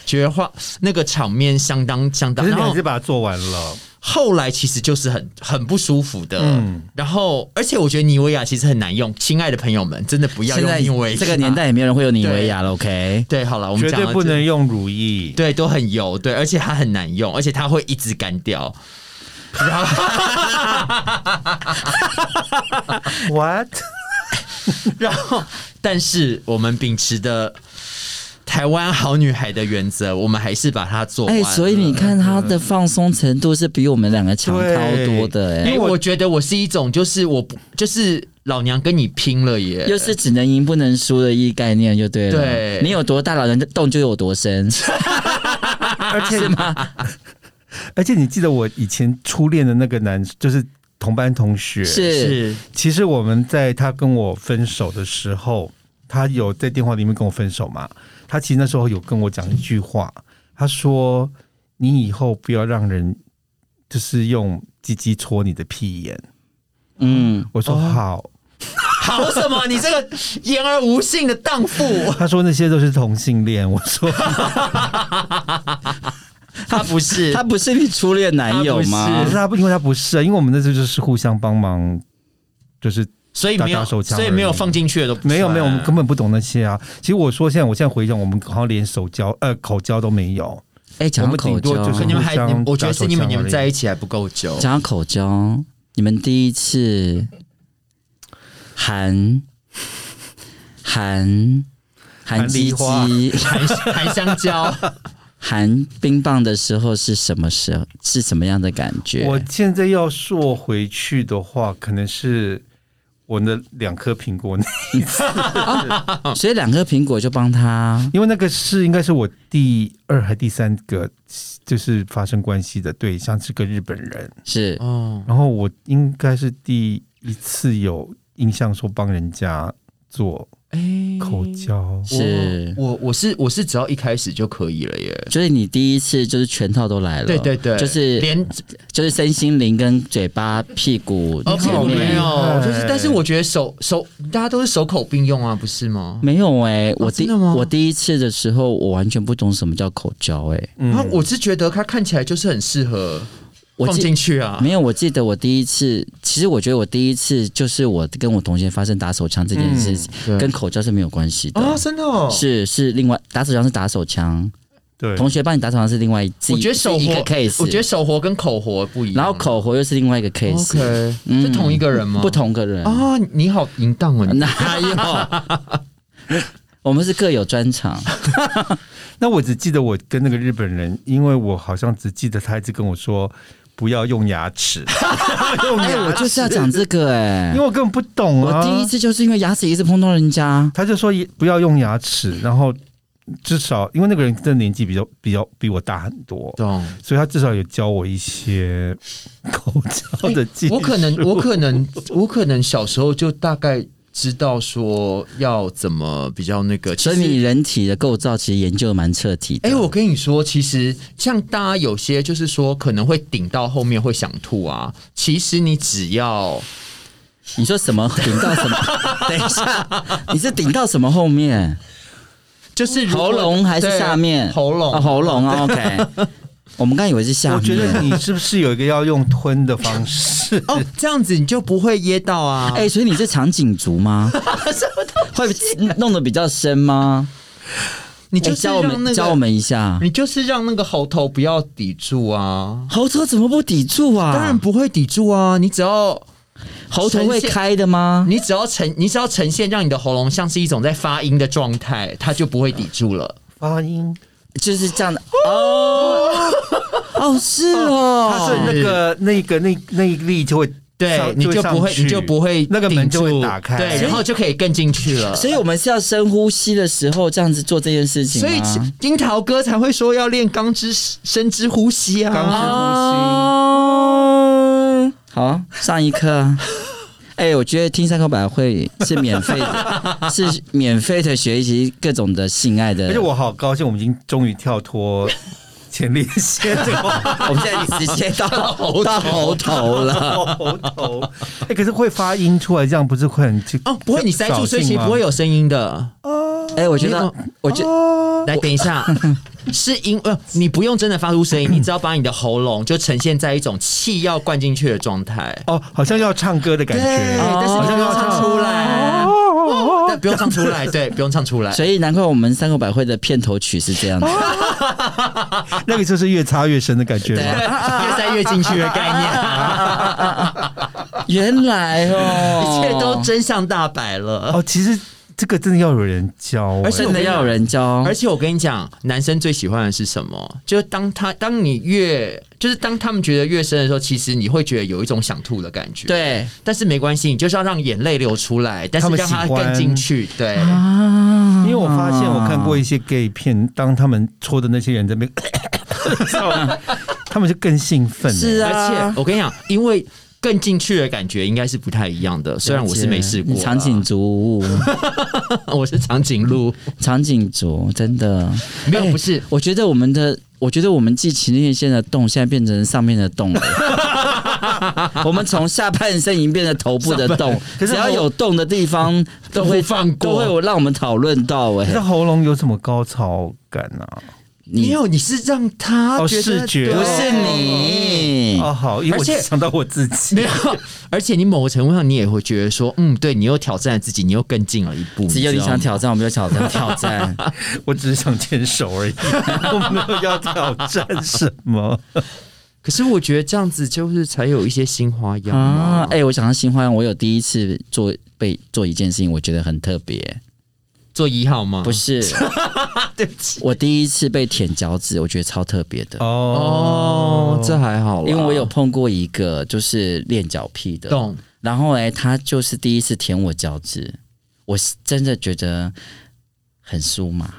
Speaker 2: 觉得话那个场面相当相
Speaker 1: 可
Speaker 2: 当，
Speaker 1: 是你
Speaker 2: 然
Speaker 1: 还
Speaker 2: 后
Speaker 1: 是把它做完了，
Speaker 2: 后来其实就是很很不舒服的。
Speaker 1: 嗯
Speaker 2: 然后，而且我觉得妮维雅其实很难用，亲爱的朋友们，真的不要
Speaker 3: 现
Speaker 2: 用
Speaker 3: 在
Speaker 2: 妮维雅
Speaker 3: 这个年代也没有人会有妮维雅了，OK？
Speaker 2: 对，好了，我们
Speaker 1: 绝
Speaker 2: 讲
Speaker 1: 对
Speaker 2: 到
Speaker 1: 不
Speaker 2: 这
Speaker 1: 能用乳液。
Speaker 2: 对，都很油，对，而且它很难用，而且它会一直干掉。 然后，
Speaker 1: What？
Speaker 2: 然后，但是我们秉持的台湾好女孩的原则，我们还是把它做完
Speaker 3: 哎、
Speaker 2: 了。
Speaker 3: 所以你看他的放松程度是比我们两个强超多的、
Speaker 2: 因
Speaker 3: 哎，
Speaker 2: 为我觉得我是一种，就是我不，就是老娘跟你拼了耶！
Speaker 3: 又是只能赢不能输的一概念，就对了。
Speaker 2: 对
Speaker 3: 你有多大，老人洞就有多深。
Speaker 1: 而且 而且你记得我以前初恋的那个男，就是同班同学。
Speaker 3: 是，
Speaker 2: 是
Speaker 1: 其实我们在他跟我分手的时候，他有在电话里面跟我分手嘛？他其实那时候有跟我讲一句话，他说：“你以后不要让人就是用鸡鸡戳你的屁眼。
Speaker 3: 嗯，”
Speaker 1: 我说：“好。
Speaker 2: 好什么？你这个言而无信的荡妇，
Speaker 1: 他说：“那些都是同性恋。”我说 啊
Speaker 2: 他不是
Speaker 3: 他不是你初恋男友
Speaker 2: 他：“
Speaker 1: 可
Speaker 3: 吗
Speaker 1: 是？他不，因为他不是啊，因为我们那时候就是互相帮忙，就是
Speaker 2: 所以没有，
Speaker 1: 打打手枪而已
Speaker 2: 所以没有放进去的都不算
Speaker 1: 没有没有，我们根本不懂那些啊。其实我说现在，我现在回想，我们好像连手交呃口交都没有。
Speaker 3: 哎、讲
Speaker 1: 我
Speaker 3: 到
Speaker 1: 们顶
Speaker 3: 口
Speaker 1: 多
Speaker 3: 交，
Speaker 1: 就是
Speaker 2: 可你们还，
Speaker 1: 互
Speaker 2: 你
Speaker 1: 相
Speaker 2: 们我觉得
Speaker 1: 打手
Speaker 2: 是你们
Speaker 1: 枪
Speaker 2: 你们
Speaker 1: 而已
Speaker 2: 在一起还不够 久。
Speaker 3: 讲到口交，你们第一次含 含含
Speaker 1: 含
Speaker 3: 鸡
Speaker 1: 梨花
Speaker 3: 鸡、
Speaker 2: 含含香蕉，
Speaker 3: 含冰棒的时候是什么时候？是什么样的感觉？
Speaker 1: 我现在要说回去的话，可能是我那两颗苹果，
Speaker 2: 嗯
Speaker 3: 所以两颗苹果就帮他
Speaker 1: 因为那个是应该是我第二还第三个就是发生关系的对象是个日本人，
Speaker 3: 是
Speaker 2: 哦，
Speaker 1: 然后我应该是第一次有印象说帮人家做
Speaker 2: 哎、
Speaker 1: 口交，
Speaker 3: 是
Speaker 2: 我我我是我是只要一开始就可以了耶。
Speaker 3: 就是你第一次就是全套都来了，
Speaker 2: 对对对，
Speaker 3: 就是
Speaker 2: 连
Speaker 3: 就是身心灵跟嘴巴、屁股
Speaker 2: 哦
Speaker 3: 前面
Speaker 2: 没有，就是
Speaker 1: 哎
Speaker 2: 但是我觉得手手大家都是手口并用啊，不是
Speaker 1: 嗯
Speaker 2: 吗？
Speaker 3: 没有哎、我
Speaker 2: 哦真
Speaker 3: 第、
Speaker 2: 的吗
Speaker 3: 我第一次的时候，我完全不懂什么叫口交哎、
Speaker 1: 嗯
Speaker 2: 然后我是觉得它看起来就是很适合
Speaker 3: 我
Speaker 2: 放
Speaker 3: 记
Speaker 2: 进去啊，
Speaker 3: 没有，我记得我第一次，其实我觉得我第一次就是我跟我同学发生打手枪这件事，情，
Speaker 2: 嗯对
Speaker 3: 跟口交是没有关系的，
Speaker 2: 啊，真的、哦、
Speaker 3: 是是另外打手枪是打手枪，
Speaker 1: 对，
Speaker 3: 同学帮你打手枪是另外自己
Speaker 2: 我觉得手
Speaker 3: 是一
Speaker 2: 活
Speaker 3: 个 case，
Speaker 2: 我觉得手活跟口活不一
Speaker 3: 然
Speaker 2: 样，
Speaker 3: 后口活又是另外一个 case，、嗯
Speaker 2: OK，是同一个人吗？
Speaker 3: 不同个人
Speaker 2: 啊，你好淫荡哦，你
Speaker 3: 哪有？ 我们是各有专长，
Speaker 1: 那我只记得我跟那个日本人，因为我好像只记得他一直跟我说不要用牙齿，用
Speaker 3: 哎、
Speaker 1: 牙
Speaker 3: 我
Speaker 1: 齿，
Speaker 3: 就是要讲这个哎、
Speaker 1: 因为我根本不懂啊。
Speaker 3: 我第一次就是因为牙齿一直碰到人家，
Speaker 1: 他就说也不要用牙齿，然后至少因为那个人真的年纪比较比较比我大很多，
Speaker 2: 懂。
Speaker 1: 所以他至少有教我一些口罩的技术。
Speaker 2: 哎我可能，我可能，我可能小时候就大概知道说要怎么比较那个。
Speaker 3: 所以
Speaker 2: 其实
Speaker 3: 你人体的构造其实研究得蛮彻底的。
Speaker 2: 哎、我跟你说，其实像大家有些就是说可能会顶到后面会想吐啊，其实你只要
Speaker 3: 你说什么顶到 什么？等一下，你是顶到什么后面？
Speaker 2: 就是如果
Speaker 3: 喉咙还是
Speaker 2: 对
Speaker 3: 下面？
Speaker 2: 喉咙、？
Speaker 3: 哦喉咙啊。OK，我们刚以为是下
Speaker 1: 我
Speaker 3: 面。
Speaker 1: 觉 得你是不是有一个要用吞的方式
Speaker 2: 哦，这样子你就不会噎到啊。
Speaker 3: 哎、所以你是长颈族 吗？会弄得比较深吗？
Speaker 2: 你
Speaker 3: 你
Speaker 2: 就是
Speaker 3: 哎教我
Speaker 2: 让
Speaker 3: 们、
Speaker 2: 那个，
Speaker 3: 教我们一下。
Speaker 2: 你就是让那个喉头不要抵住啊。
Speaker 3: 喉头怎么不抵住啊？
Speaker 2: 当然不会抵住啊，你只要
Speaker 3: 喉头会开的吗？
Speaker 2: 你只要呈你只要呈现让你的喉咙像是一种在发音的状态，它就不会抵住了。
Speaker 1: 发音
Speaker 3: 就是这样的哦，哦是
Speaker 1: 它是
Speaker 3: 哦，
Speaker 1: 那个那个那那一粒就会
Speaker 2: 对，
Speaker 1: 上
Speaker 2: 你就
Speaker 1: 上
Speaker 2: 不会，
Speaker 1: 去
Speaker 2: 你就不会
Speaker 1: 那个门就
Speaker 2: 顶
Speaker 1: 会
Speaker 2: 住
Speaker 1: 打开，
Speaker 2: 对，然后就可以更进去了。
Speaker 3: 所以我们是要深呼吸的时候这样子做这件事情
Speaker 2: 所以
Speaker 3: 吗？
Speaker 2: 樱桃哥才会说要练钢之深之呼吸啊，
Speaker 1: 钢之呼吸
Speaker 3: 哦，好，上一课啊。哎、我觉得听三口百会是免费的，是免费的学习各种的性爱的。
Speaker 1: 而且我好高兴，我们已经终于跳脱前列腺这个
Speaker 3: 我们现在直接到 到喉头了。
Speaker 1: 喉头。哎、可是会发音出来，这样不是会很
Speaker 2: 哦，不会，你塞住，所以其实不会
Speaker 1: 有。
Speaker 2: 有声音的。
Speaker 3: 哎、我觉
Speaker 2: 没
Speaker 3: 得
Speaker 2: 有，
Speaker 3: 我觉
Speaker 2: 来，等一下，是因呃，你不用真的发出声音，你只要把你的喉咙就呈现在一种气要灌进去的状态。哦
Speaker 1: 哦，好像要唱歌的感
Speaker 2: 对，
Speaker 1: 觉。哦
Speaker 2: 但是你不用唱出来，但不用唱出来，对，不用唱出来。
Speaker 3: 所以难怪我们三口百会的片头曲是这样的。
Speaker 1: 那个就是越擦越深的感觉
Speaker 2: 对，
Speaker 1: 吗？
Speaker 2: 越塞越进去的概念，
Speaker 3: 原来哦，
Speaker 2: 一切都真相大白了。
Speaker 1: 哦，其实这个真的要有人教、哎
Speaker 2: 而且
Speaker 3: 真的要有人教
Speaker 2: 而。且我跟你讲，男生最喜欢的是什么？就是当他当你越就是当他们觉得越深的时候，其实你会觉得有一种想吐的感觉。，
Speaker 3: 对
Speaker 2: 但是没关系，你就是要让眼泪流出来，但是
Speaker 1: 他们
Speaker 2: 让它
Speaker 1: 喜欢
Speaker 2: 更进去。对，
Speaker 3: 啊
Speaker 1: 因为我发现我看过一些 gay 片，当他们戳的那些人在那边 他们就更兴奋、
Speaker 3: 是啊
Speaker 2: 而且我跟你讲，因为更进去的感觉应该是不太一样的。虽然我是没试过啊啦，
Speaker 3: 长颈族，
Speaker 2: 我是长颈鹿，
Speaker 3: 长颈族真的。
Speaker 2: 没有不是。
Speaker 3: 我觉得我们的，我觉得我们记前列腺的洞，现在变成上面的洞了。我们从下半身已经变成头部的洞，
Speaker 1: 可是
Speaker 3: 只要有洞的地方都会
Speaker 2: 都不放过
Speaker 3: 都会有让我们讨论到哎、
Speaker 1: 可是喉咙有什么高潮感啊？
Speaker 3: 你
Speaker 2: 没有，你是让他
Speaker 1: 哦
Speaker 2: 觉得
Speaker 1: 视觉
Speaker 2: 对
Speaker 3: 不是你，
Speaker 1: 哦，好，因为我
Speaker 2: 而且
Speaker 1: 想到我自己
Speaker 2: 没。有，而且你某个程度上，你也会觉得说，嗯，对你又挑战了自己，你又更进了一步。
Speaker 3: 只有你
Speaker 2: 知道
Speaker 3: 想
Speaker 2: 吗，
Speaker 3: 挑战，我没有挑战挑战。
Speaker 1: 我只是想牵手而已， 我没有要挑战什么。
Speaker 2: 可是我觉得这样子就是才有一些新花样
Speaker 3: 啊
Speaker 2: 啊！，
Speaker 3: 哎、我想到新花样，我有第一次做被做一件事情，我觉得很特别。
Speaker 2: 做一号吗？
Speaker 3: 不是，
Speaker 2: 对不起
Speaker 3: 我第一次被舔脚趾，我觉得超特别
Speaker 1: 哦
Speaker 3: 的，
Speaker 2: 哦，这还好啦，
Speaker 3: 因为我有碰过一个就是练脚癖的，
Speaker 2: 懂
Speaker 3: 然后嘞，他就是第一次舔我脚趾，我是真的觉得很酥麻。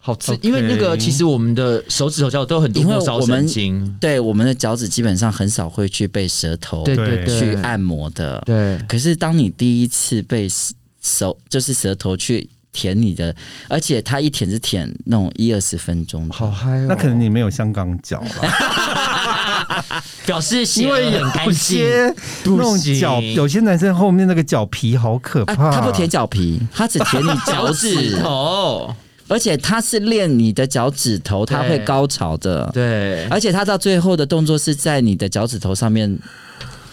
Speaker 2: 好吃
Speaker 1: OK
Speaker 2: 因为那个其实我们的手指头脚都很多
Speaker 3: 因为
Speaker 2: 末梢
Speaker 3: 我们
Speaker 2: 神经，
Speaker 3: 对，我们的脚趾基本上很少会去被舌头
Speaker 2: 对
Speaker 1: 对
Speaker 2: 对对，
Speaker 3: 去按摩的，
Speaker 2: 对
Speaker 3: 可是当你第一次被手就是舌头去舔你的，而且它一舔是舔那种一二十分钟的，
Speaker 2: 好嗨哦！
Speaker 1: 那可能你没有香港脚 了，
Speaker 2: 表示
Speaker 1: 因
Speaker 2: 行为
Speaker 1: 为
Speaker 2: 很
Speaker 1: 有
Speaker 2: 干净，
Speaker 1: 些那种脚，
Speaker 2: 不行
Speaker 1: 有些男生后面那个脚皮好可
Speaker 3: 啊，
Speaker 1: 怕。
Speaker 3: 它不舔脚皮，它只舔你脚趾，
Speaker 2: 头，
Speaker 3: 而且它是练你的脚趾头，它会
Speaker 2: 对
Speaker 3: 高潮的，
Speaker 2: 对，
Speaker 3: 而且它到最后的动作是在你的脚趾头上面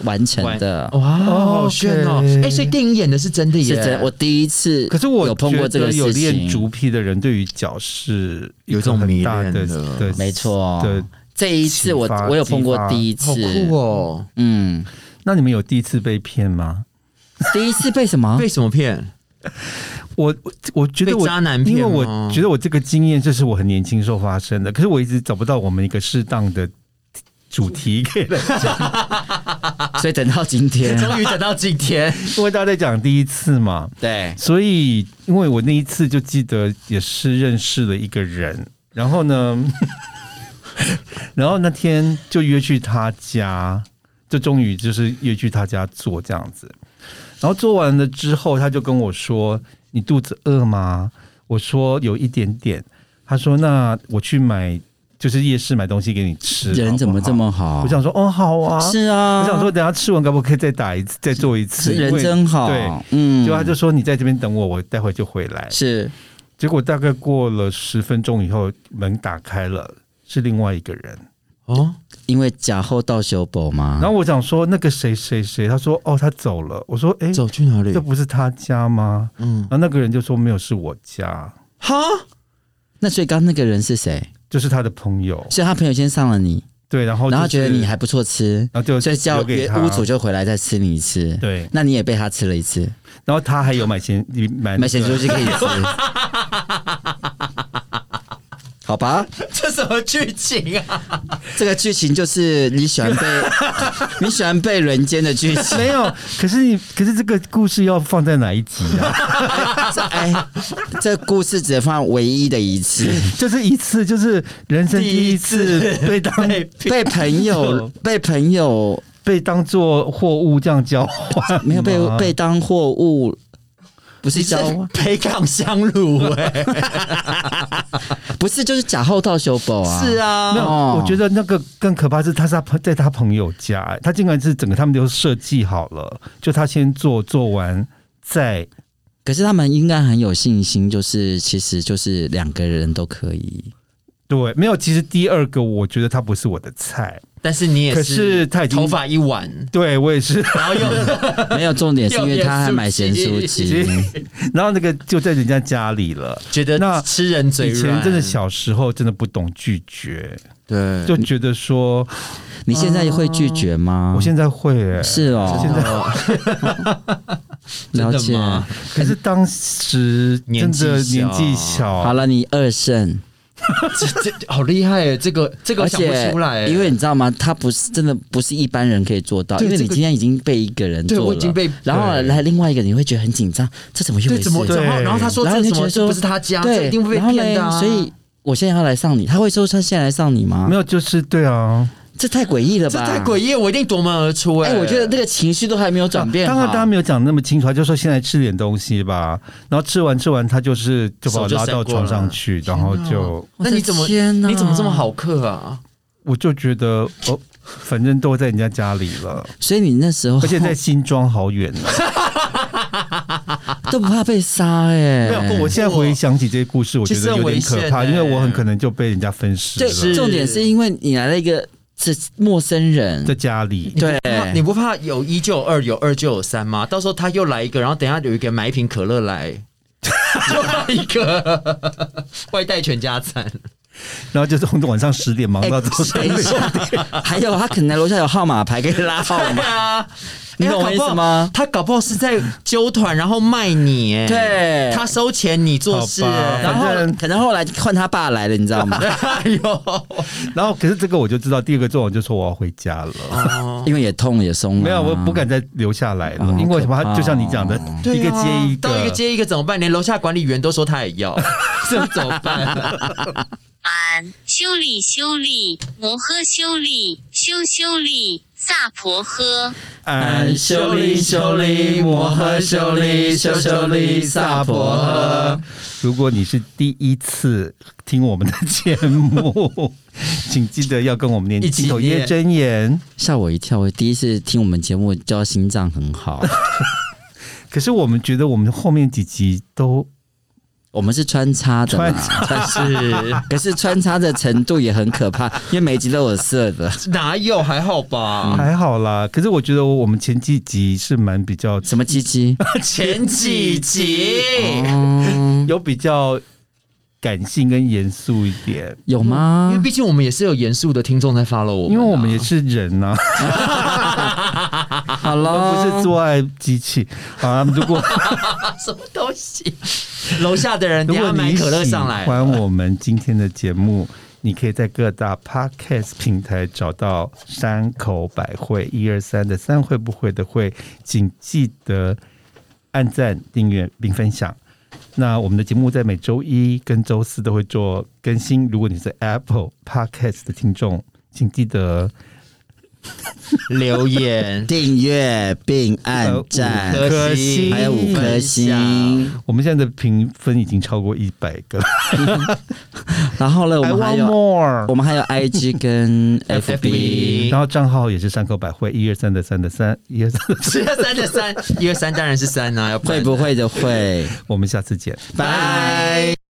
Speaker 3: 完成的。
Speaker 2: 哇，好炫哦！
Speaker 1: OK
Speaker 2: 哎，所以电影演的哦是真的
Speaker 3: 是
Speaker 2: 耶，
Speaker 3: 真的，我第一次，
Speaker 1: 可是我
Speaker 3: 有碰过这个
Speaker 1: 觉得有
Speaker 3: 事
Speaker 1: 练
Speaker 3: 情，
Speaker 1: 足皮的人，对于脚是
Speaker 2: 有一种
Speaker 1: 很大的
Speaker 2: 迷恋的
Speaker 1: 的，
Speaker 3: 没错
Speaker 1: 对，
Speaker 3: 这一次我
Speaker 1: 启发
Speaker 3: 我有碰过
Speaker 1: 激发
Speaker 3: 第一
Speaker 2: 好
Speaker 3: 次，
Speaker 2: 酷哦！
Speaker 3: 嗯，
Speaker 1: 那你们有第一次被骗吗？
Speaker 3: 第一次被什么？
Speaker 2: 被什么骗？
Speaker 1: 我我我觉得我
Speaker 2: 被渣男
Speaker 1: 因
Speaker 2: 骗
Speaker 1: 为
Speaker 2: 吗
Speaker 1: 我觉得我这个经验就是我很年轻时候发生的，可是我一直找不到我们一个适当的主题可以来讲，
Speaker 3: 所以等到今 天，
Speaker 2: 终于等到今天，
Speaker 1: 因为大家在讲第一次嘛，
Speaker 3: 对，
Speaker 1: 所以因为我那一次就记得也是认识了一个人，然后呢， 然后那天就约去他家，就终于就是约去他家做这样子，然后做完了之后，他就跟我说：“你肚子饿吗？”我说：“有一点点。”他说：“那我去买，就是夜市买东西给你吃。”
Speaker 3: 人怎么这？么好？
Speaker 1: 我想说：“哦，好啊。”
Speaker 3: 是啊，
Speaker 1: 我想说，等一下吃完可不可以再打一次，再做一次？
Speaker 3: 是
Speaker 1: 因
Speaker 3: 人
Speaker 1: 为
Speaker 3: 真好，
Speaker 1: 对，
Speaker 3: 嗯，
Speaker 1: 结果他就说你在这边等我，我待会就回来。
Speaker 3: 是
Speaker 1: 结果大概过了十分钟以后，门打开了，是另外一个人。
Speaker 2: 哦，
Speaker 3: 因为假后到修补嘛，
Speaker 1: 然后我想说那个谁谁谁，他说哦他走了。我说哎，
Speaker 2: 走去哪里
Speaker 1: 这？不是他家吗？
Speaker 2: 嗯
Speaker 1: 然，后那个人就说没有，是我家，
Speaker 2: 哈，
Speaker 3: 那所以刚刚那个人是谁？
Speaker 1: 就是他的朋友。
Speaker 3: 所以他朋友先上了你，
Speaker 1: 对，然哦后、就是、
Speaker 3: 然后觉得你还不错吃，
Speaker 1: 然后就
Speaker 3: 所以叫
Speaker 1: 留给
Speaker 3: 原
Speaker 1: 他
Speaker 3: 屋主就回来再吃你一次，
Speaker 1: 对，
Speaker 3: 那你也被他吃了一次，
Speaker 1: 然后他还哎 有买咸买那个
Speaker 3: 买咸猪鸡可以吃。好吧，
Speaker 2: 这什么剧情啊？
Speaker 3: 这个剧情就是你喜欢 被你喜欢被轮奸的剧情。
Speaker 1: 没有，可是你，可是这个故事要放在哪一集啊？
Speaker 3: 这哎，这故事只能放唯一的一次，
Speaker 1: 就是一次，就是人生第一次
Speaker 2: 第一 次
Speaker 1: 被当
Speaker 3: 被朋友被朋友
Speaker 1: 被当做货物这样交换吗，嗯
Speaker 3: 没有被
Speaker 1: 啊
Speaker 3: 被当货物，不是
Speaker 2: 你是
Speaker 3: 交
Speaker 2: 北港香炉哎、
Speaker 3: 不是就是假后套修补啊？
Speaker 2: 是，啊
Speaker 1: 没，有，
Speaker 3: 哦
Speaker 1: 我觉得那个更可怕是，他是他朋在他朋友家，欸他竟然是整个他们都设计好了，就他先做，做完再
Speaker 3: 可是他们应该很有信心，就是其实就是两个人都可 以。
Speaker 1: 对，没有。其实第二个，我觉得他不是我的菜，
Speaker 2: 但是你也
Speaker 1: 可是他已经
Speaker 2: 头发一挽，
Speaker 1: 对我也是。
Speaker 2: 然后又
Speaker 3: 没有重点是因为他还买咸酥
Speaker 1: 其
Speaker 3: 鸡，
Speaker 1: 实 然后那个就在人家家里了。
Speaker 2: 觉得
Speaker 1: 那
Speaker 2: 吃人嘴
Speaker 1: 以
Speaker 2: 软，
Speaker 1: 前真的小时候真的不懂拒绝，
Speaker 2: 对，
Speaker 1: 就觉得
Speaker 3: 嗯
Speaker 1: 说
Speaker 3: 你现在会拒绝
Speaker 2: 啊
Speaker 3: 吗？
Speaker 1: 我现在会、欸，
Speaker 3: 是哦，
Speaker 1: 现在
Speaker 3: 了解
Speaker 2: 真的。吗
Speaker 1: 可是当时真的年
Speaker 2: 年纪
Speaker 1: 纪
Speaker 2: 小
Speaker 1: 小，
Speaker 3: 好了，你二胜，
Speaker 2: 这这好厉害耶！这个这个我
Speaker 3: 而
Speaker 2: 想不
Speaker 3: 且
Speaker 2: 出来耶，
Speaker 3: 因为你知道吗？他不是真的不是一般人可以做到，
Speaker 2: 对
Speaker 3: 因为你
Speaker 2: 这个
Speaker 3: 今天已经被一个人
Speaker 2: 对
Speaker 3: 做了，
Speaker 2: 我已经被
Speaker 3: 然后
Speaker 1: 对
Speaker 3: 来另外一个你会觉得很紧张，这怎么一回
Speaker 2: 对
Speaker 3: 事？
Speaker 2: 怎么
Speaker 1: 对
Speaker 2: 然后然后他说
Speaker 3: 然后
Speaker 2: 这
Speaker 3: 你就
Speaker 2: 什
Speaker 3: 觉得
Speaker 2: 么这
Speaker 3: 说
Speaker 2: 不是他家，
Speaker 3: 对，
Speaker 2: 这一定会
Speaker 3: 然
Speaker 2: 被
Speaker 3: 后
Speaker 2: 骗的啊，
Speaker 3: 嘞所以我现在要来上你，他会说他现在来上你吗
Speaker 1: 没？有，就是对啊，
Speaker 3: 这太诡异了
Speaker 2: 这
Speaker 3: 吧？
Speaker 2: 太诡异了，我一定夺门而出
Speaker 3: 哎、
Speaker 2: 哎！
Speaker 3: 我觉得那个情绪都还没有转变好。
Speaker 1: 当然，大家没有讲那么清楚，他就说现在吃点东西吧，然后吃完吃完，他就是就把我
Speaker 2: 手就
Speaker 1: 拉到
Speaker 2: 伸过
Speaker 1: 床
Speaker 2: 来
Speaker 1: 上去，然后就
Speaker 3: 我的
Speaker 2: 那你怎么
Speaker 3: 天哪
Speaker 2: 你怎么这么好客啊？
Speaker 1: 我就觉得哦，反正都在人家家里
Speaker 2: 哦
Speaker 1: 了，
Speaker 3: 所以你那时候
Speaker 1: 而且在新庄好远啊呢。
Speaker 3: 都不怕被杀哎、
Speaker 1: 没
Speaker 2: 啊
Speaker 1: 有，我现在回想起这些故事，我觉得有点可怕，
Speaker 2: 其
Speaker 1: 因
Speaker 2: 实很危险欸
Speaker 1: 为我很可能就被人家分尸
Speaker 3: 对，
Speaker 1: 了，
Speaker 2: 是
Speaker 3: 重点是因为你来了一个是陌生人，
Speaker 1: 在家里。
Speaker 3: 对，
Speaker 2: 那你不怕有一就有二，有二就有三吗？到时候他又来一个，然后等一下有一个买一瓶可乐来， 又来一个，外带全家餐。
Speaker 1: 然后就从晚上十点
Speaker 2: 哎
Speaker 1: 忙到早上
Speaker 3: 哎等一
Speaker 1: 六
Speaker 3: 下， 还有他可能楼下有号码牌可以拉号
Speaker 2: 对
Speaker 3: 码，
Speaker 2: 啊，
Speaker 3: 你
Speaker 2: 哎
Speaker 3: 懂我意思？吗？
Speaker 2: 他搞不好他搞不好是在揪团，然后卖你，哎，
Speaker 3: 对
Speaker 2: 他收钱你做事，
Speaker 1: 好吧
Speaker 2: 哎然
Speaker 3: 然
Speaker 2: 后？
Speaker 3: 后
Speaker 1: 反正
Speaker 3: 可能后来换他爸来了，你知道吗
Speaker 2: 哎呦，
Speaker 1: 然后可是这个我就知道，第二个做完就说我要回家了。
Speaker 3: 因为也痛也松
Speaker 1: 哦
Speaker 3: 了，啊
Speaker 1: 没有，我不。敢再留下来了，
Speaker 3: 嗯哦
Speaker 1: 因为什么？
Speaker 3: 好可怕哦
Speaker 1: 就像你讲的，
Speaker 2: 啊
Speaker 1: 一个接一
Speaker 2: 到一个
Speaker 1: 个，
Speaker 2: 接一个怎么办？连楼下管理员都说他也要， 这怎么办？
Speaker 4: 俺修理修理摩诃修理修修理萨婆诃。
Speaker 1: 哎
Speaker 3: 修理修理摩诃修理修修理萨婆诃。
Speaker 1: 如果你是第一次听我们的节 目，请记得要跟我们念
Speaker 2: 一起
Speaker 1: 金口
Speaker 2: 念
Speaker 1: 业真言。
Speaker 3: 吓我一跳！我第一次听我们节目，就要心脏很好。
Speaker 1: 可是我们觉得我们后面几集都
Speaker 3: 我们是穿插的嘛，
Speaker 1: 穿
Speaker 3: 但是 可是穿插的程度也很可怕，因为每一集都有色的，
Speaker 2: 哪有还 好吧？
Speaker 1: 还好
Speaker 3: 嗯
Speaker 1: 啦。可是我觉得我们前几集是蛮比较
Speaker 3: 什么鸡鸡，
Speaker 2: 前几集。
Speaker 3: 嗯
Speaker 1: 有比较感性跟严肃一点，
Speaker 3: 有
Speaker 2: 因 为
Speaker 3: 吗？
Speaker 2: 毕竟我们也是有严肃的听众在 follow 我们啊、
Speaker 1: 因为我们也是人啊呐、
Speaker 3: 啊
Speaker 1: 而
Speaker 3: 好
Speaker 2: 啊
Speaker 3: 了，
Speaker 1: 不是做爱机器啊。如 果
Speaker 2: 什么东西，楼下的人
Speaker 1: 如
Speaker 2: 等一
Speaker 1: 果
Speaker 2: 下买
Speaker 1: 你
Speaker 2: 可乐
Speaker 1: 喜
Speaker 2: 上来，
Speaker 1: 欢我们今天的节目，你可以在各大 podcast 平台找到山口百惠一二三的三会不会的会，请记得按赞、订阅并分享。那我们的节目在每周一跟周四都会做更新。如果你是 Apple Podcast 的听众，请记得
Speaker 2: 留 言。
Speaker 3: 订阅并按赞，
Speaker 1: 呃五颗星，
Speaker 3: 还有五颗星。
Speaker 1: 我们现在的评分已经超过一百个。
Speaker 3: 然后呢，我
Speaker 1: I
Speaker 3: 们还
Speaker 1: want
Speaker 3: 有
Speaker 1: more。
Speaker 3: 我们还有 IG 跟 FB，
Speaker 1: 然后账号也是山口百惠，一二三的三的三，一二三的三。
Speaker 2: 一二三的三，一二三当然是三啊，要不然
Speaker 3: 会不会的会，
Speaker 1: 我们下次见。
Speaker 3: 拜。